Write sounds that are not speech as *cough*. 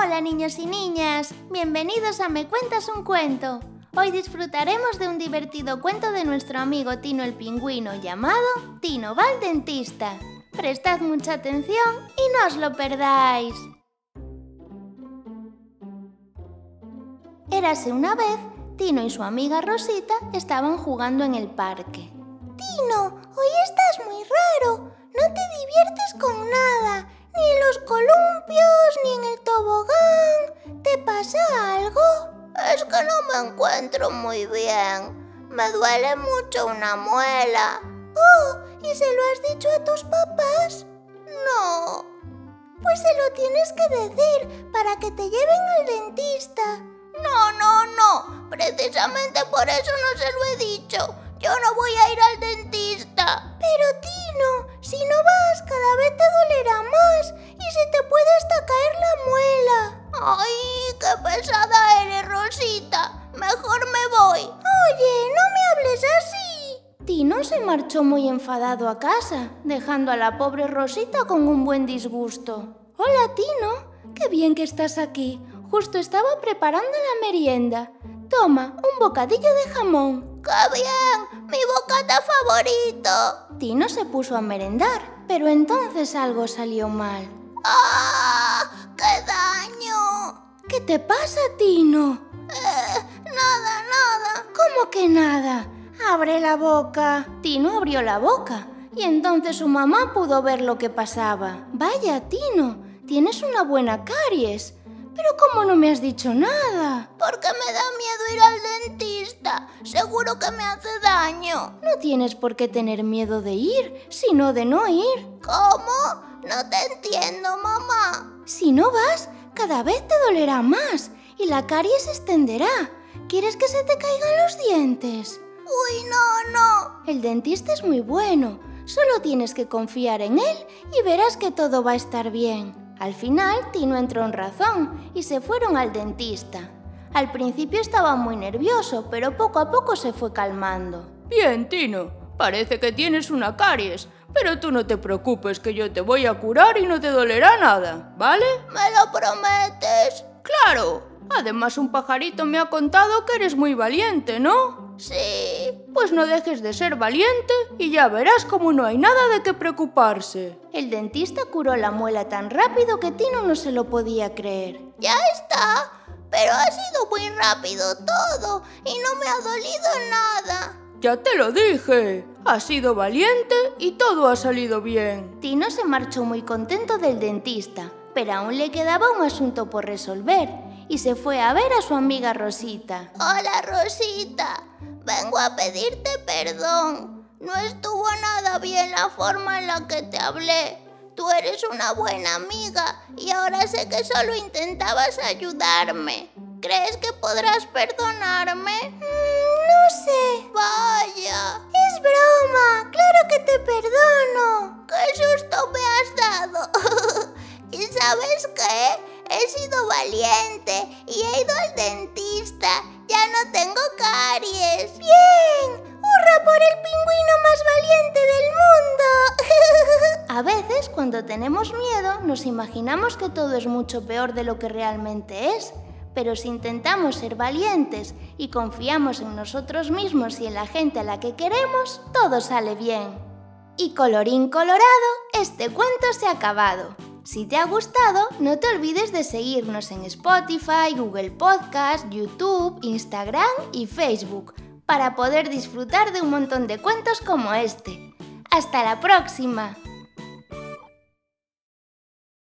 Hola niños y niñas, bienvenidos a Me Cuentas un Cuento. Hoy disfrutaremos de un divertido cuento de nuestro amigo Tino el Pingüino llamado Tino va al dentista. Prestad mucha atención y no os lo perdáis. Érase una vez, Tino y su amiga Rosita estaban jugando en el parque. Tino, hoy estás muy raro. No te diviertes con nada, ni en los columpios, ni en el tobogán. ¿Te pasa algo? Es que no me encuentro muy bien. Me duele mucho una muela. Oh, ¿y se lo has dicho a tus papás? No. Pues se lo tienes que decir para que te lleven al dentista. No, no, no. Precisamente por eso no se lo he dicho. Yo no voy a ir al dentista. Pero Tino, si no vas cada vez te dolerá más y se te puede hasta caer la muela. ¡Ay, qué pesada eres, Rosita! Mejor me voy. Oye, no me hables así. Tino se marchó muy enfadado a casa, dejando a la pobre Rosita con un buen disgusto. Hola, Tino. Qué bien que estás aquí. Justo estaba preparando la merienda. Toma, un bocadillo de jamón. ¡Qué bien! ¡Mi bocata favorito! Tino se puso a merendar, pero entonces algo salió mal. ¡Ah! ¡Qué daño! ¿Qué te pasa, Tino? Eh, nada, nada. ¿Cómo que nada? Abre la boca. Tino abrió la boca y entonces su mamá pudo ver lo que pasaba. Vaya, Tino, tienes una buena caries. Pero ¿cómo no me has dicho nada? Porque me da miedo ir al dentista. Seguro que me hace daño. No tienes por qué tener miedo de ir, sino de no ir. ¿Cómo? No te entiendo, mamá. Si no vas, cada vez te dolerá más y la carie se extenderá. ¿Quieres que se te caigan los dientes? Uy, no, no. El dentista es muy bueno. Solo tienes que confiar en él y verás que todo va a estar bien. Al final, Tino entró en razón y se fueron al dentista. Al principio estaba muy nervioso, pero poco a poco se fue calmando. Bien, Tino, parece que tienes una caries, pero tú no te preocupes que yo te voy a curar y no te dolerá nada, ¿vale? ¿Me lo prometes? Claro. Además, un pajarito me ha contado que eres muy valiente, ¿no? Sí. Pues no dejes de ser valiente y ya verás como no hay nada de qué preocuparse. El dentista curó la muela tan rápido que Tino no se lo podía creer. Ya está, pero ha sido muy rápido todo y no me ha dolido nada. Ya te lo dije, has sido valiente y todo ha salido bien. Tino se marchó muy contento del dentista, pero aún le quedaba un asunto por resolver y se fue a ver a su amiga Rosita. Hola Rosita, vengo a pedirte perdón. No estuvo nada bien la forma en la que te hablé. Tú eres una buena amiga y ahora sé que solo intentabas ayudarme. ¿Crees que podrás perdonarme? Mm, no sé. Vaya. Es broma. Claro que te perdono. ¡Qué susto me has dado! *laughs* ¿Y sabes qué? he sido valiente y he ido al dentista. Ya no tengo caries. ¡Bien! ¡Hurra por el pingüino más valiente del mundo! *laughs* A veces, cuando tenemos miedo, nos imaginamos que todo es mucho peor de lo que realmente es. Pero si intentamos ser valientes y confiamos en nosotros mismos y en la gente a la que queremos, todo sale bien. Y colorín colorado, este cuento se ha acabado. Si te ha gustado, no te olvides de seguirnos en Spotify, Google Podcast, YouTube, Instagram y Facebook para poder disfrutar de un montón de cuentos como este. ¡Hasta la próxima!